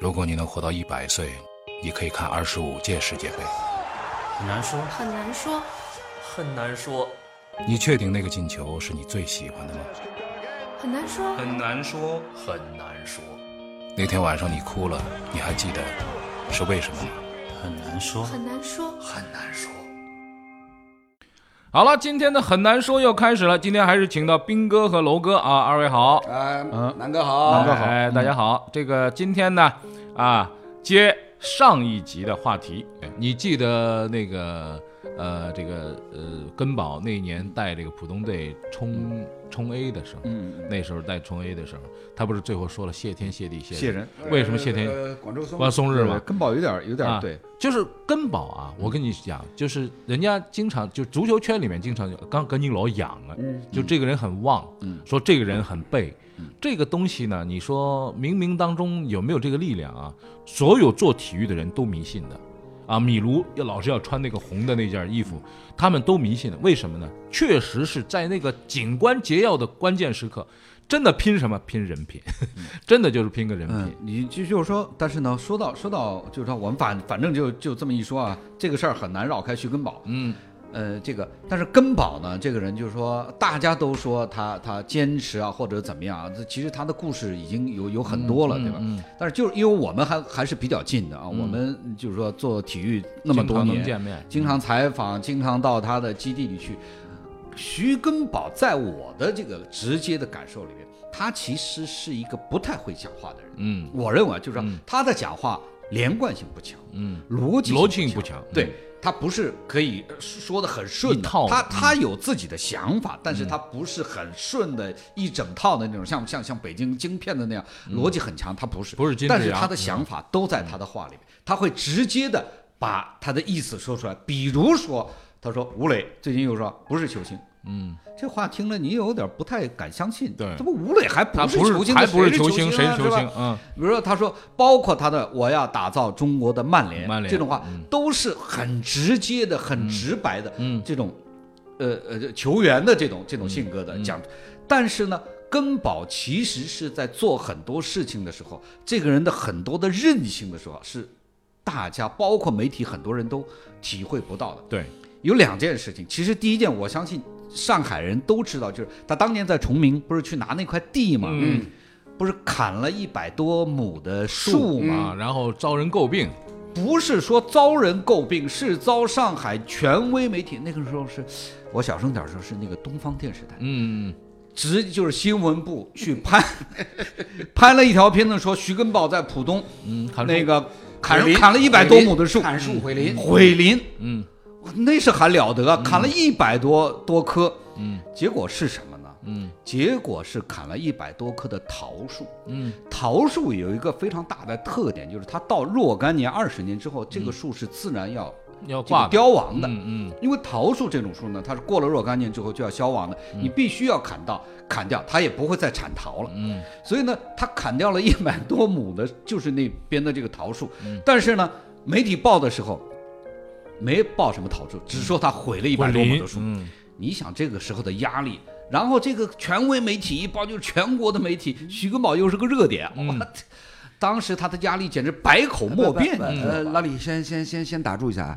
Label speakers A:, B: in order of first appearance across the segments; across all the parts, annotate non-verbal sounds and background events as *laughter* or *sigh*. A: 如果你能活到一百岁，你可以看二十五届世界杯。
B: 很难说，
C: 很难说。
B: 很难说，
A: 你确定那个进球是你最喜欢的吗？
C: 很难说，
B: 很难说，很难说，
A: 那天晚上你哭了，你还记得是为什么吗？
D: 很难说，
C: 很难说。
B: 很难说。
E: 好了，今天的很难说又开始了。今天还是请到兵哥和楼哥啊，二位好，
F: 哎，
E: 嗯
F: 南哥好，
D: 哥好嗯
E: 哎，大家好。这个今天呢，啊，接上一集的话题，哎你记得那个呃，这个呃，根宝那年带这个浦东队冲冲 A 的时候，
D: 嗯，
E: 那时候带冲 A 的时候，他不是最后说了谢天谢地谢
D: 谢人，
E: 为什么谢天
F: 呃广州松
E: 关松日
D: 对
E: 嘛？
D: 根宝有点有点
E: 啊
D: 对，
E: 就是根宝啊，我跟你讲，就是人家经常就足球圈里面经常有刚跟你老养了，
D: 嗯
E: 就这个人很旺，说这个人很背，这个东西呢，你说冥冥当中有没有这个力量啊？所有做体育的人都迷信的，啊，米卢要老是要穿那个红的那件衣服，
D: 嗯
E: 他们都迷信的，为什么呢？确实是在那个紧关节要的关键时刻，真的拼什么？拼人品， *laughs* 真的就是拼个人品。
D: 嗯，你就就是说，但是呢，说到说到，就是说我们反反正就就这么一说啊，这个事儿很难绕开徐根宝。
E: 嗯，
D: 呃，这个但是根宝呢，这个人就是说，大家都说他他坚持啊，或者怎么样啊，这其实他的故事已经有有很多了，对吧？
E: 嗯
D: 但是就是因为我们还还是比较近的啊，我们就是说做体育那么
E: 经
D: 多
E: 常
D: 年
E: 能，见面，
D: 经常采访，经常到他的基地里去。徐根宝在我的这个直接的感受里面，他其实是一个不太会讲话的人。
E: 嗯
D: 我认为啊就是说
E: 嗯
D: 他的讲话连贯性不强，
E: 嗯，
D: 逻辑
E: 逻辑
D: 辑
E: 性
D: 不
E: 不强嗯
D: 对。他不是可以呃说的很顺
E: 一
D: 的
E: 套，
D: 他
E: 嗯
D: 他有自己的想法，但是他不是很顺的一整套的那种，像像像北京京片的那样，逻辑很强，他嗯不是，
E: 不是金
D: 但
E: 志
D: 是
E: 扬
D: 他的想法都在他的话里面，嗯他会直接的把他的意思说出来。比如说，他说吴磊最近又说不是球星，
E: 嗯，
D: 这话听了你有点不太敢相信，
E: 对
D: 这不吴磊还
E: 他
D: 不
E: 不
D: 球星，
E: 还不
D: 是
E: 是球星，谁
D: 啊
E: 是球
D: 吧
E: 星？嗯，
D: 比如说，他说，包括他的“我要打造中国的曼联”
E: 曼联
D: 这种话
E: 嗯，
D: 都是很直接的、很直白的，
E: 嗯
D: 这种，呃呃，球员的这种这种性格的
E: 嗯
D: 讲。但是呢，根宝其实是在做很多事情的时候，这个人的很多的韧性的时候，啊是大家包括媒体很多人都体会不到的。
E: 对，
D: 有两件事情，其实第一件我相信上海人都知道，就是他当年在崇明不是去拿那块地嘛，
E: 嗯，
D: 不是砍了一百多亩的树
F: 嗯
E: 啊
D: 嘛，，
E: 然后遭人诟病，
D: 不是说遭人诟病，是遭上海权威媒体那个时候是，我小声点说，是那个东方电视台，
E: 嗯，
D: 直就是新闻部去拍， *laughs* 拍了一条片子说徐根宝在浦东
E: 嗯，韩
D: 那
E: 叔
D: 个砍
F: 林
D: 砍了一百多亩的树，
F: 砍树回林，
D: 毁林，
E: 嗯，
D: 那是还了得啊，砍了一百多多棵，
E: 嗯，
D: 结果是什么呢？
E: 嗯，
D: 结果是砍了一百多棵的桃树，
E: 嗯，
D: 桃树有一个非常大的特点，就是它到若干年、二十年之后，这个树是自然要
E: 要
D: 这个
E: 挂的，
D: 凋亡的，
E: 嗯嗯
D: 因为桃树这种树呢，它是过了若干年之后就要消亡的，
E: 嗯
D: 你必须要砍到砍掉，它也不会再产桃了。
E: 嗯，
D: 所以呢，他砍掉了一百多亩的，就是那边的这个桃树。
E: 嗯
D: 但是呢，媒体报的时候没报什么桃树，只说他毁了一百多亩的树。
E: 嗯，
D: 你想这个时候的压力，然后这个权威媒体一报就是全国的媒体，
E: 嗯
D: 徐根宝又是个热点，啊哇！当时他的压力简直百口莫辩，
F: 不不
D: 你知道
F: 呃，
D: 吧
F: 老李先先先先打住一下啊，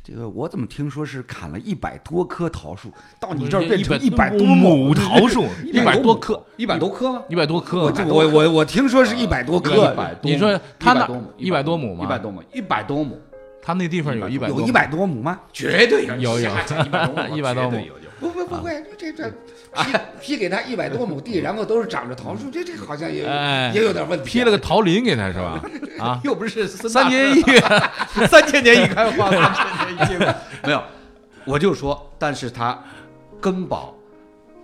F: 这个我怎么听说是砍了一百多棵桃树，到你这儿变成
E: 嗯一
F: 百多
E: 亩桃
F: *laughs*
E: 树，一百多棵，
D: 棵，一百多棵吗？
E: 一百多棵，啊
F: 我我我听说是一百多棵
D: 一，百多亩，
E: 你说他那
D: 一
E: 100多亩吗
D: 一百多亩，一百多亩，
E: 他那地方有一百
F: 有
E: 多，
F: 一百多亩吗？
D: 绝对
E: 有有
D: 一百多
E: *laughs*
D: 亩，
E: 一百多亩
D: 绝对有有
F: 不不不会，这这批批给他一百多亩地，然后都是长着桃树，这这好像也
E: 哎
F: 也有点问题啊。
E: 批了个桃林给他是
F: *laughs*
E: 吧？啊，
D: *laughs* 又不是
E: 三
D: 年
E: 结一，
D: *laughs* 三千年一开花，三千年一结果。没有，我就说，但是他根宝，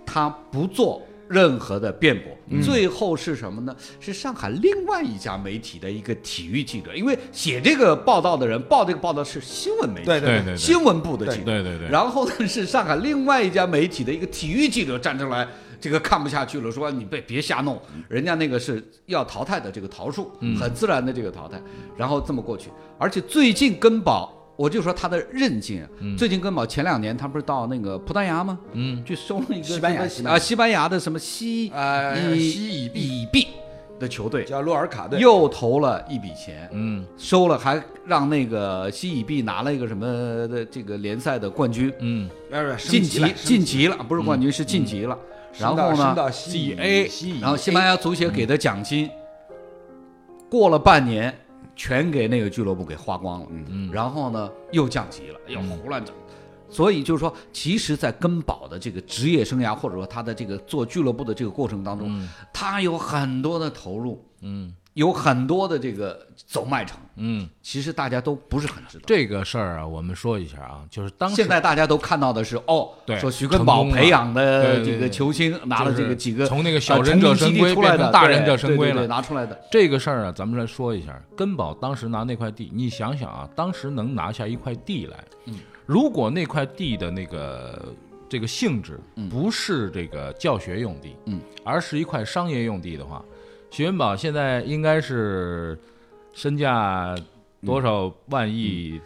D: 他不做任何的辩驳。最后是什么呢？是上海另外一家媒体的一个体育记者，因为写这个报道的人报这个报道是新闻媒体，
F: 对
E: 对对对
D: 新闻部的记者。
E: 对对对，
D: 然后呢，是上海另外一家媒体的一个体育记者站出来，这个看不下去了，说你别别瞎弄，
E: 嗯
D: 人家那个是要淘汰的这个桃树，很自然的这个淘汰，然后这么过去。而且最近根宝，我就说他的韧劲，最近根宝前两年他不是到那个葡萄牙吗？
E: 嗯，
D: 去收了一个
F: 西班牙
D: 什么
F: 西班牙
D: 啊西班牙的什么西
F: 呃
D: 以
F: 西乙
D: 乙 B。的球队
F: 叫洛尔卡队，
D: 又投了一笔钱，
E: 嗯
D: 收了还让那个西乙 B 拿了一个什么的这个联赛的冠军，
E: 嗯
F: 哎不是
D: 晋
F: 升级了
D: 级晋级了，不是冠军是晋级了。
E: 嗯
D: 然后
F: 升
D: 呢，
F: 到西
E: GA
F: 西
D: 然后西班牙足协给的奖金，过了半年全给那个俱乐部给花光了，
E: 嗯
D: 然后呢又降级了，又胡乱整。所以就是说，其实，在根宝的这个职业生涯，或者说他的这个做俱乐部的这个过程当中，他有很多的投入，
E: 嗯
D: 有很多的这个走麦城，
E: 嗯，
D: 其实大家都不是很知道。
E: 这个事儿啊，我们说一下啊，就是当时
D: 现在大家都看到的是，哦
E: 对，
D: 说徐根宝
E: 成功了
D: 培养的
E: 对对
D: 这个
E: 对
D: 球星拿了这
E: 就
D: 个
E: 是
D: 几个
E: 从那个
D: 呃
E: 小忍者
D: 成名
E: 神龟
D: 基地出来
E: 变
D: 的
E: 成大
D: 对
E: 忍者神龟
D: 对对对
E: 了。
D: 拿出来的，
E: 这个事儿啊，咱们来说一下。根宝当时拿那块地，你想想啊，当时能拿下一块地来，
D: 嗯
E: 如果那块地的那个这个性质不是这个教学用地，
D: 嗯，
E: 而是一块商业用地的话，徐元宝现在应该是身价多少万亿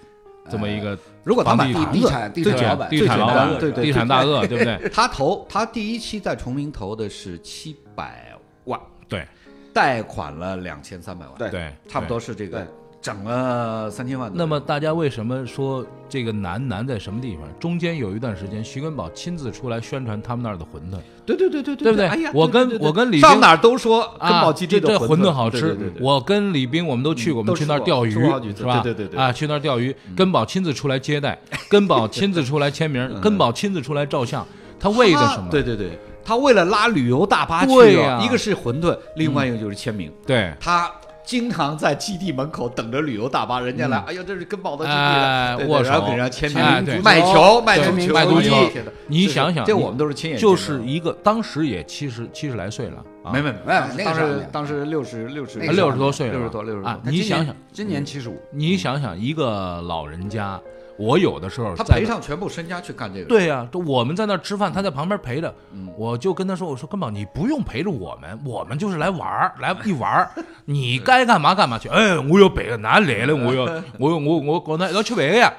D: 嗯
E: 这么一个
D: 如果他买
E: 房地
D: 房
F: 地
D: 子
F: 产，地
D: 最
E: 对
F: 产
D: 简
F: 老
E: 吧
D: 单
F: 板
E: 地
D: 最
E: 产
D: 简
E: 老
D: 单，
E: 板、
D: 对对，
E: 地产
D: 最
E: 大鳄，对不对？
D: 他投他第一期在崇明投的是七百万，
E: 对
D: 贷款了两千三百万，
F: 对
E: 对，
D: 差不多是这个
F: 对，
D: 整了三千万左右。
E: 那么大家为什么说这个难难在什么地方？中间有一段时间，徐根宝亲自出来宣传他们那儿的馄饨，
D: 对对对
E: 对
D: 对对
E: 不对
D: 哎呀，
E: 我
D: 对
E: 跟
D: 对对
E: 我跟李
D: 上
E: 冰
D: 哪儿都说根
E: 啊
D: 宝基地
E: 这这
D: 的
E: 馄饨好
D: 对
E: 吃
D: 对对对。
E: 我跟李斌我们都去过，我们
D: 都
E: 去那儿
D: 吃过
E: 钓鱼，
D: 吃过好几次
E: 是吧？
D: 对对对对嗯
E: 啊，去那儿钓鱼，根宝亲自出来接待，根宝亲自出来签
D: *laughs*
E: 名，根宝亲自出来照相，他为的什么？
D: 嗯对对对，他为了拉旅游大巴去
E: 对
D: 啊
E: 呀
D: 一个是馄饨，另外一个就是签名。
E: 对。
D: 他经常在基地门口等着旅游大巴，人家来，哎呦，这是根宝的基地
E: 嗯哎
D: 了，对对
E: 握手
D: 然后给人家签
E: 哎
D: 名
E: 对，
D: 卖球，卖
E: 对
D: 足球，
E: 卖足球
D: 哎呦天哪
E: 你
D: 是是
E: 想想
D: 这
E: 你
D: 我们都是亲眼见
E: 就
D: 到的，
E: 是一个，当时也七十七十来岁了，啊
D: 没没没
F: 哎那个
D: 当
F: 时候
D: 时
F: 没
D: 当时六十六十
F: 那个时候
E: 六十多岁了吧，
D: 六十多六十多嗯
E: 啊！
F: 他
E: 你
F: 今年
E: 想想，
F: 今年七十五，
E: 你想想，一个老人家，我有的时候
D: 他
E: 在
D: 赔
E: 那
D: 上全部身家去干这个，，
E: 对呀、嗯这我们在那儿吃饭，他在旁边陪着，我就跟他说：“我说根宝，你不用陪着我们，我们就是来玩儿，来一玩 *laughs* 儿，你该干嘛干嘛去。哎，我有别的哪来了？ *laughs* 我有，我有，我我我那要去别个呀。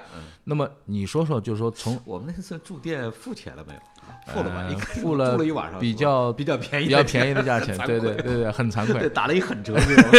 E: 那么你说说，就是说从
D: 我们那次住店付钱了没有？付
E: 付
D: 了吧，应该是
E: 哎付
D: 住
E: 了
D: 了一晚上，
E: 比
D: 是吧
E: 较
D: 比较便宜，
E: 比较便宜的价
D: *laughs*
E: 钱，
D: 惭
E: 对对
D: 愧
E: 对对，很惭
D: 对，
E: 愧。
D: 打了一狠折，是吧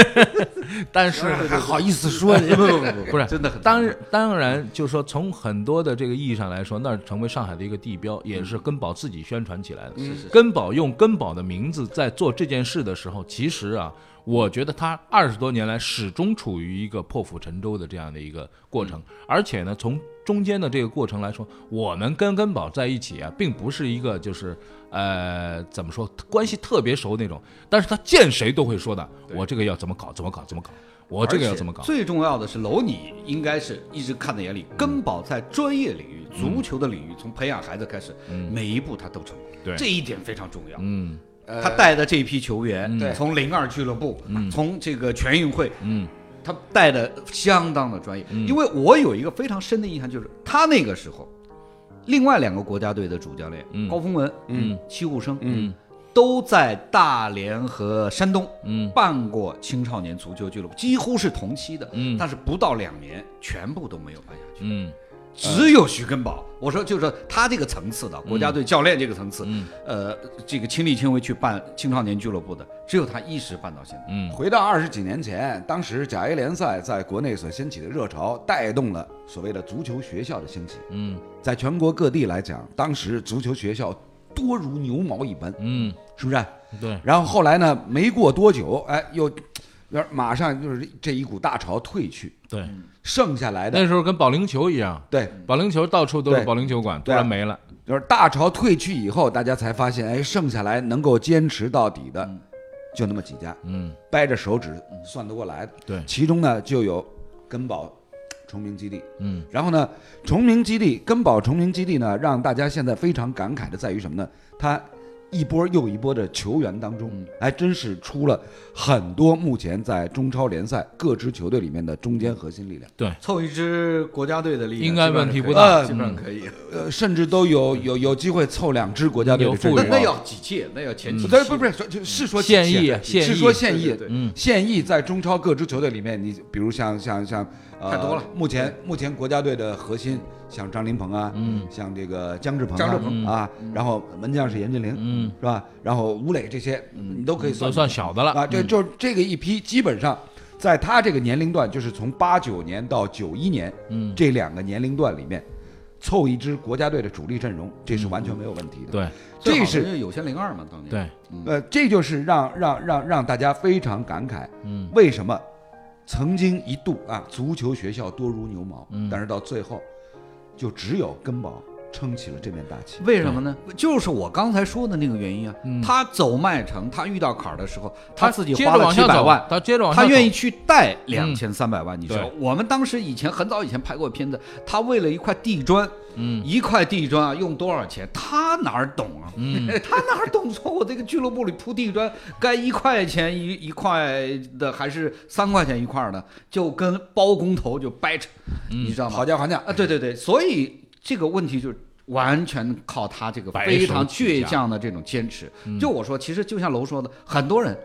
D: *laughs*
E: 但 *laughs* 是
F: 还好意思说？不不不
D: *laughs*
F: 不
E: 不是，
D: 真的很
E: 当然，当然，就是说，从很多的这个意义上来说，那儿成为上海的一个地标，也是根宝自己宣传起来的。
D: 嗯是是
E: 根宝用根宝的名字在做这件事的时候，其实啊，我觉得他二十多年来始终处于一个破釜沉舟的这样的一个过程，
D: 嗯
E: 而且呢，从中间的这个过程来说，我们跟根宝在一起啊，并不是一个就是呃怎么说关系特别熟那种，但是他见谁都会说的，我这个要怎么搞，怎么搞，怎么搞，我这个要怎么搞，
D: 最重要的是，楼你应该是一直看在眼里。根宝在专业领
E: 嗯
D: 域、足球的领域，从培养孩子开始，每一步他都成功。
E: 对
D: 这一点非常重要。呃
E: 嗯。
D: 他带的这一批球员，
F: 对
D: 从零二俱乐部，从这个全运会，
E: 嗯，
D: 他带的相当的专业。因为我有一个非常深的印象，就是他那个时候，另外两个国家队的主教练、高峰文、
E: 嗯，
D: 戚务生，
E: 嗯，
D: 都在大连和山东，
E: 嗯
D: 办过青少年足球俱乐部，几乎是同期的，嗯，但是不到两年，全部都没有办下去，
E: 嗯
D: 只有徐根宝。我说，就是说他这个层次
E: 嗯
D: 的国家队教练这个层次，呃，这个亲力亲为去办青少年俱乐部的，只有他一直办到现在。
E: 嗯
F: 回到二十几年前，当时甲 A 联赛在国内所掀起的热潮，带动了所谓的足球学校的兴起。
E: 嗯
F: 在全国各地来讲，当时足球学校多如牛毛一般，
E: 嗯，
F: 是不啊是？
E: 对，
F: 然后后来呢，没过多久，哎，又，马上就是这一股大潮退去，
E: 对，
D: 嗯
F: 剩下来的
E: 那时候跟保龄球一样，
F: 对，
E: 保龄球到处都是
F: 对
E: 保龄球馆，突
F: 对啊
E: 然没了。
F: 就是大潮退去以后，大家才发现，哎，剩下来能够坚持到底的，就那么几家，
E: 嗯，
F: 掰着手指算得过来的。
E: 对
F: 其中呢就有根宝崇明基地，
E: 嗯，
F: 然后呢，崇明基地根宝崇明基地呢，让大家现在非常感慨的在于什么呢？它一波又一波的球员当中，还真是出了很多目前在中超联赛各支球队里面的中坚核心力量，
D: 凑一支国家队的力量，
E: 应该
D: 基本上
E: 问题
D: 可以
E: 不大
D: 基本上可以。
F: 呃，甚至都有有有机会凑两支国家队的
E: 有
F: 阵
E: 富
F: 容啊
D: 那
E: 裕
D: 那要几届？那要前几
F: 对，
D: 届？
F: 不是不是，说就是说
E: 现役
F: 现
E: 现役
F: 是说现
D: 对
F: 役
D: 对，对
E: 嗯
F: 现役在中超各支球队里面，你比如像像像呃
D: 太多了
F: 目前目前国家队的核心，像张琳芃啊，像这个姜志鹏啊，
D: 姜志鹏
F: 啊，然后门将是严俊凌，
E: 嗯，
F: 是吧？然后吴磊这些，你都可以算
E: 都算小的了
F: 啊。这就是这个一批，基本上在他这个年龄段，就是从八九年到九一年，嗯，这两个年龄段里面，凑一支国家队的主力阵容，这是完全没有问题的。
E: 对
F: 这
D: 这
F: 是
D: 是有限零二嘛，当年。
E: 对，
F: 呃，这就是让让让让大家非常感慨，
E: 嗯，
F: 为什么曾经一度啊，足球学校多如牛毛，
E: 嗯
F: 但是到最后，就只有根宝撑起了这面大旗。
D: 为什么呢？就是我刚才说的那个原因啊。他走麦城，他遇到坎儿的时候，他自己
E: 嗯接
D: 花
E: 着
D: 了
E: 往
D: 七
E: 下
D: 百
E: 走
D: 万，，
E: 他接着往下
D: 他
E: 走，嗯
D: 愿意去贷两千三百万。你说
E: 对，
D: 我们当时以前很早以前拍过片子，他为了一块地砖，
E: 嗯，
D: 一块地砖啊，用多少钱？他哪儿懂啊？嗯， *laughs* 他哪儿懂？说我这个俱乐部里铺地砖，该一块钱一一块的，还是三块钱一块的？就跟包工头就掰扯，
E: 嗯
D: 你知道吗
F: 讨？价还价，
D: 啊，对对对，所以这个问题就是完全靠他这个非常倔强的这种坚持。
E: 嗯
D: 就我说，其实就像楼说的，很多人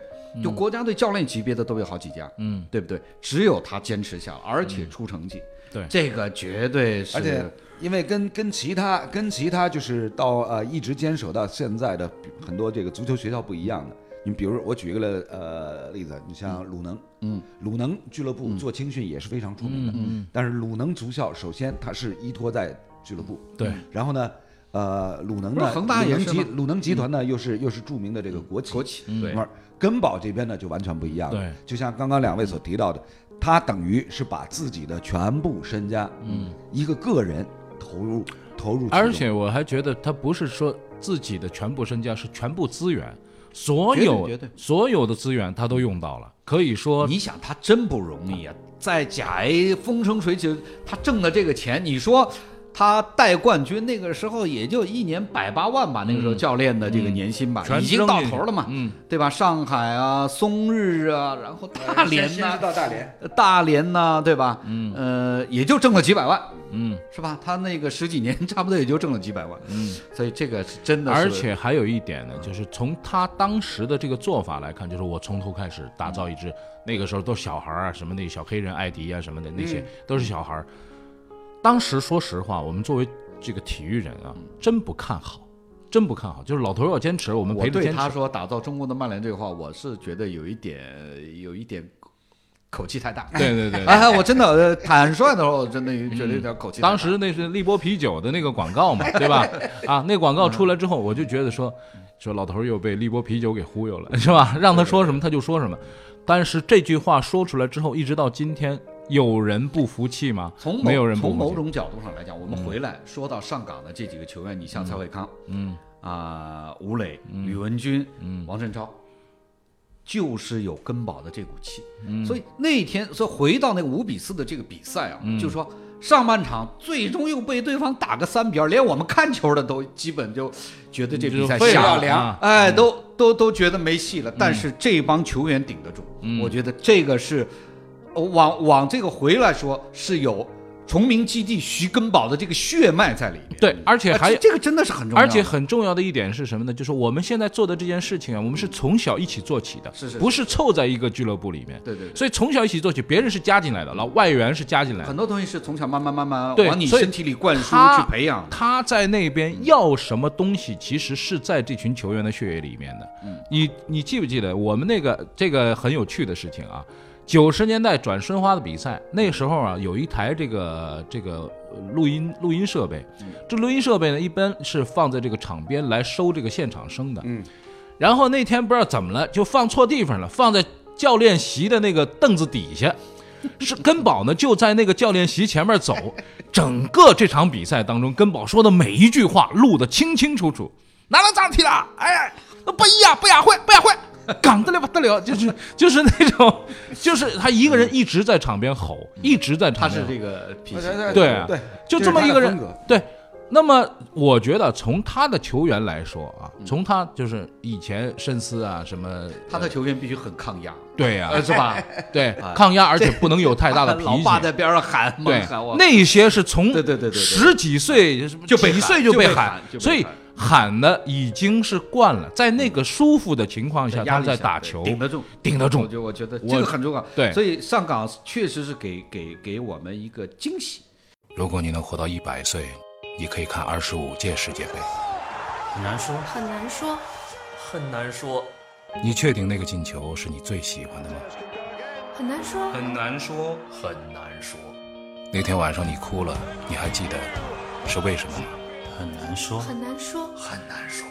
D: 就国家队教练级别的都有好几家，
E: 嗯，
D: 对不对？只有他坚持下来，而且出成绩，
E: 对
D: 这个绝对是，
F: 而且因为跟跟其他跟其他就是到呃一直坚守到现在的比很多这个足球学校不一样的。你比如我举一个例呃例子，你像鲁能，嗯，鲁能俱乐
D: 嗯
F: 部做青训也是非常出名的，嗯，但是鲁能足校首先它是依托在俱乐部，
E: 对，
F: 然后呢，呃，鲁能
D: 不
F: 呢，
D: 是恒大
F: 鲁
D: 也
F: 能
D: 是
F: 集
D: 吗
F: 鲁能集团呢又是又是著名的这
E: 嗯
F: 个国企，嗯
D: 国企
F: 那么根宝这边呢就完全不一样了。
E: 对，
F: 就像刚刚两位所提到的，他等于是把自己的全部身家，嗯，一个个人投入投入其中，
E: 而且我还觉得他不是说自己的全部身家，是全部资源，所
D: 绝对
E: 有
D: 绝对
E: 所有的资源他都用到了，可以说
D: 你想他真不容易啊，在甲 A 风生水起，他挣的这个钱，你说。他带冠军那个时候也就一年百八万吧，那个时候教练的这个年薪吧，
E: 全
D: 已经
E: 扔
D: 到
E: 进去
D: 头了嘛，
E: 嗯，
D: 对吧？上海啊，松日啊，然后大连
F: 先
D: 呐、
F: 先是到大连，
D: 大连呐、对吧？嗯，呃，也就挣了几百万，
E: 嗯，
D: 是吧？他那个十几年， *laughs* 差不多也就挣了几百万，嗯，所以这个是真的是，
E: 而且还有一点呢，就是从他当时的这个做法来看，就是我从头开始打造一支，那个时候都是小孩儿啊，什么那小黑人艾迪啊什么的，那
D: 嗯
E: 些都是小孩儿。当时说实话，我们作为这个体育人啊，真不看好，真不看好。就是老头要坚持，我们
D: 我
E: 陪着
D: 对
E: 坚持
D: 他。说打造中国的曼联这个话，我是觉得有一点有一点口气太大，
E: 对对对。
D: 哎，我真的呃坦率的说，我真的觉得有点口气太大。
E: 当时那是利波啤酒的那个广
D: *laughs*
E: 告嘛，对吧？啊，那广告出来之后，我就觉得说，说老头儿又被利波啤酒给忽悠了， *laughs* 是吧？让他说什么他就说什么。但是这句话说出来之后，一直到今天，有人不服气吗？
D: 从某
E: 啊没有人不
D: 从某
E: 服气。嗯
D: 种角度上来讲，我们回来说到上港的这几个球员，你像蔡慧康，嗯啊，吴磊、
E: 嗯
D: 宇文军、王振超，就是有根宝的这股气。
E: 嗯
D: 所以那天，所以回到那个五比四的这个比赛啊，
E: 嗯
D: 就说上半场最终又被对方打个三比二，连我们看球的都基本就觉得这比赛
E: 就废
D: 下
E: 了
D: 了
E: 啊嗯
D: 哎，都都都觉得没戏了。但是这帮球员顶得住，我觉得这个是呃往往这个回来说是有崇明基地徐根宝的这个血脉在里面。
E: 对，而且
D: 哎，
E: 还有
D: 这这个真的是很重要
E: 而
D: 的，
E: 且很重要的一点是什么呢？就是我们现在做的这件事情啊，我们是从小一起做起的，
D: 是是是
E: 不是凑在一个俱乐部里面。
D: 对对对
E: 所以从小一起做起，别人是加进来的，老外援是加进来的
D: 很。多东西是从小慢慢慢慢
E: 对
D: 往你
E: 所以
D: 身体里灌输
E: 他
D: 去培养的。
E: 他在那边要什么东西，其实是在这群球员的血液里面的。
D: 嗯
E: 你你记不记得我们那个这个很有趣的事情啊？九十年代转申花的比赛，那时候啊有一台这个这个呃录音录音设备，
D: 嗯
E: 这录音设备呢一般是放在这个场边来收这个现场声的。嗯，然后那天不知道怎么了，就放错地方了，放在教练席的那个凳子底下。是根宝呢就在那个教练席前面走，整个这场比赛当中，根宝说的每一句话录得清清楚楚。哪能咋踢啦？哎，不一样，不雅会，不雅
D: *laughs*
E: 会，港得了不得了，就是就是那种，就是他一个人一直在场边吼，一直在
D: 他
E: 场边
D: 是
E: 吼。
D: 这个脾气，
E: 对啊
F: 对，
E: 就
F: 这
E: 这么
F: 是他
E: 一
F: 的
E: 个
F: 风
E: 人
F: 格。
E: 对，那么我觉得从他的球员来说啊，从他就是以前深思啊什么，
D: 嗯他的球员必须很抗压，
E: 对呀、
D: 呃，是吧？
E: 对 *laughs* 抗压，而且不能有太大的脾
D: *laughs* 老
E: 气。
D: 爸在边上喊嘛，
E: 对
D: 喊我，
E: 那些是从
D: 对对对对对
E: 十几岁
D: 就被
E: 几
D: 喊
E: 岁
D: 就
E: 被
D: 被喊就被
E: 所以
D: 喊
E: 喊的已经是惯了，在那个舒服的情况下，
D: 压
E: 他
D: 力
E: 在
D: 小
E: 打
D: 对
E: 球，
D: 顶得住，
E: 顶得住
D: 我觉我觉得
E: 我
D: 这个很重要。
E: 对
D: 所以上港确实是给给给我们一个惊喜。
A: 如果你能活到一百岁，你可以看二十五届世界杯。
B: 很难说，
C: 很难说，
B: 很难说，
A: 你确定那个进球是你最喜欢的吗？
C: 很难说，
B: 很难说，很难说，
A: 那天晚上你哭了，你还记得是为什么吗？
B: 很难说，
C: 很难说，
B: 很难说。